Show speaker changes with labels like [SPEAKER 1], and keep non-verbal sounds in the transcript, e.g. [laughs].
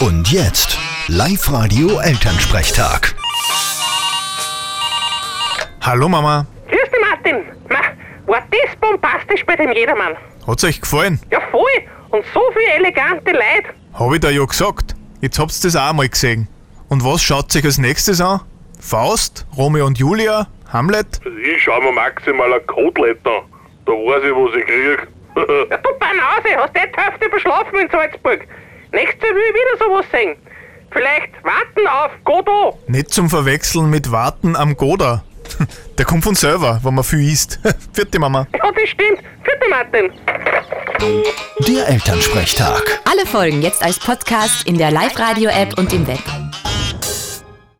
[SPEAKER 1] Und jetzt, Live-Radio Elternsprechtag.
[SPEAKER 2] Hallo Mama,
[SPEAKER 3] Grüß dich, Martin. Ma, war das bombastisch bei dem Jedermann?
[SPEAKER 2] hat's euch gefallen?
[SPEAKER 3] Ja, voll. Und so viele elegante Leute.
[SPEAKER 2] Hab ich da ja gesagt. Jetzt habt's das auch mal gesehen. Und was schaut sich als nächstes an? Faust, Romeo und Julia, Hamlet?
[SPEAKER 4] Also, Ich schau mir maximal ein Kotelett an. Da weiß ich, was ich krieg. [laughs]
[SPEAKER 3] Ja, du Banause, hast eh die Hälfte überschlafen in Salzburg. Nächstes Jahr will ich wieder sowas sehen. Vielleicht warten auf Godot.
[SPEAKER 2] Nicht zum Verwechseln mit Warten am Goda. [laughs] Der kommt von selber, wenn man viel isst. [laughs] Vierte Mama.
[SPEAKER 3] Ja, das stimmt. Vierte Martin.
[SPEAKER 1] Der Elternsprechtag.
[SPEAKER 5] Alle Folgen jetzt als Podcast in der Live-Radio-App und im Web.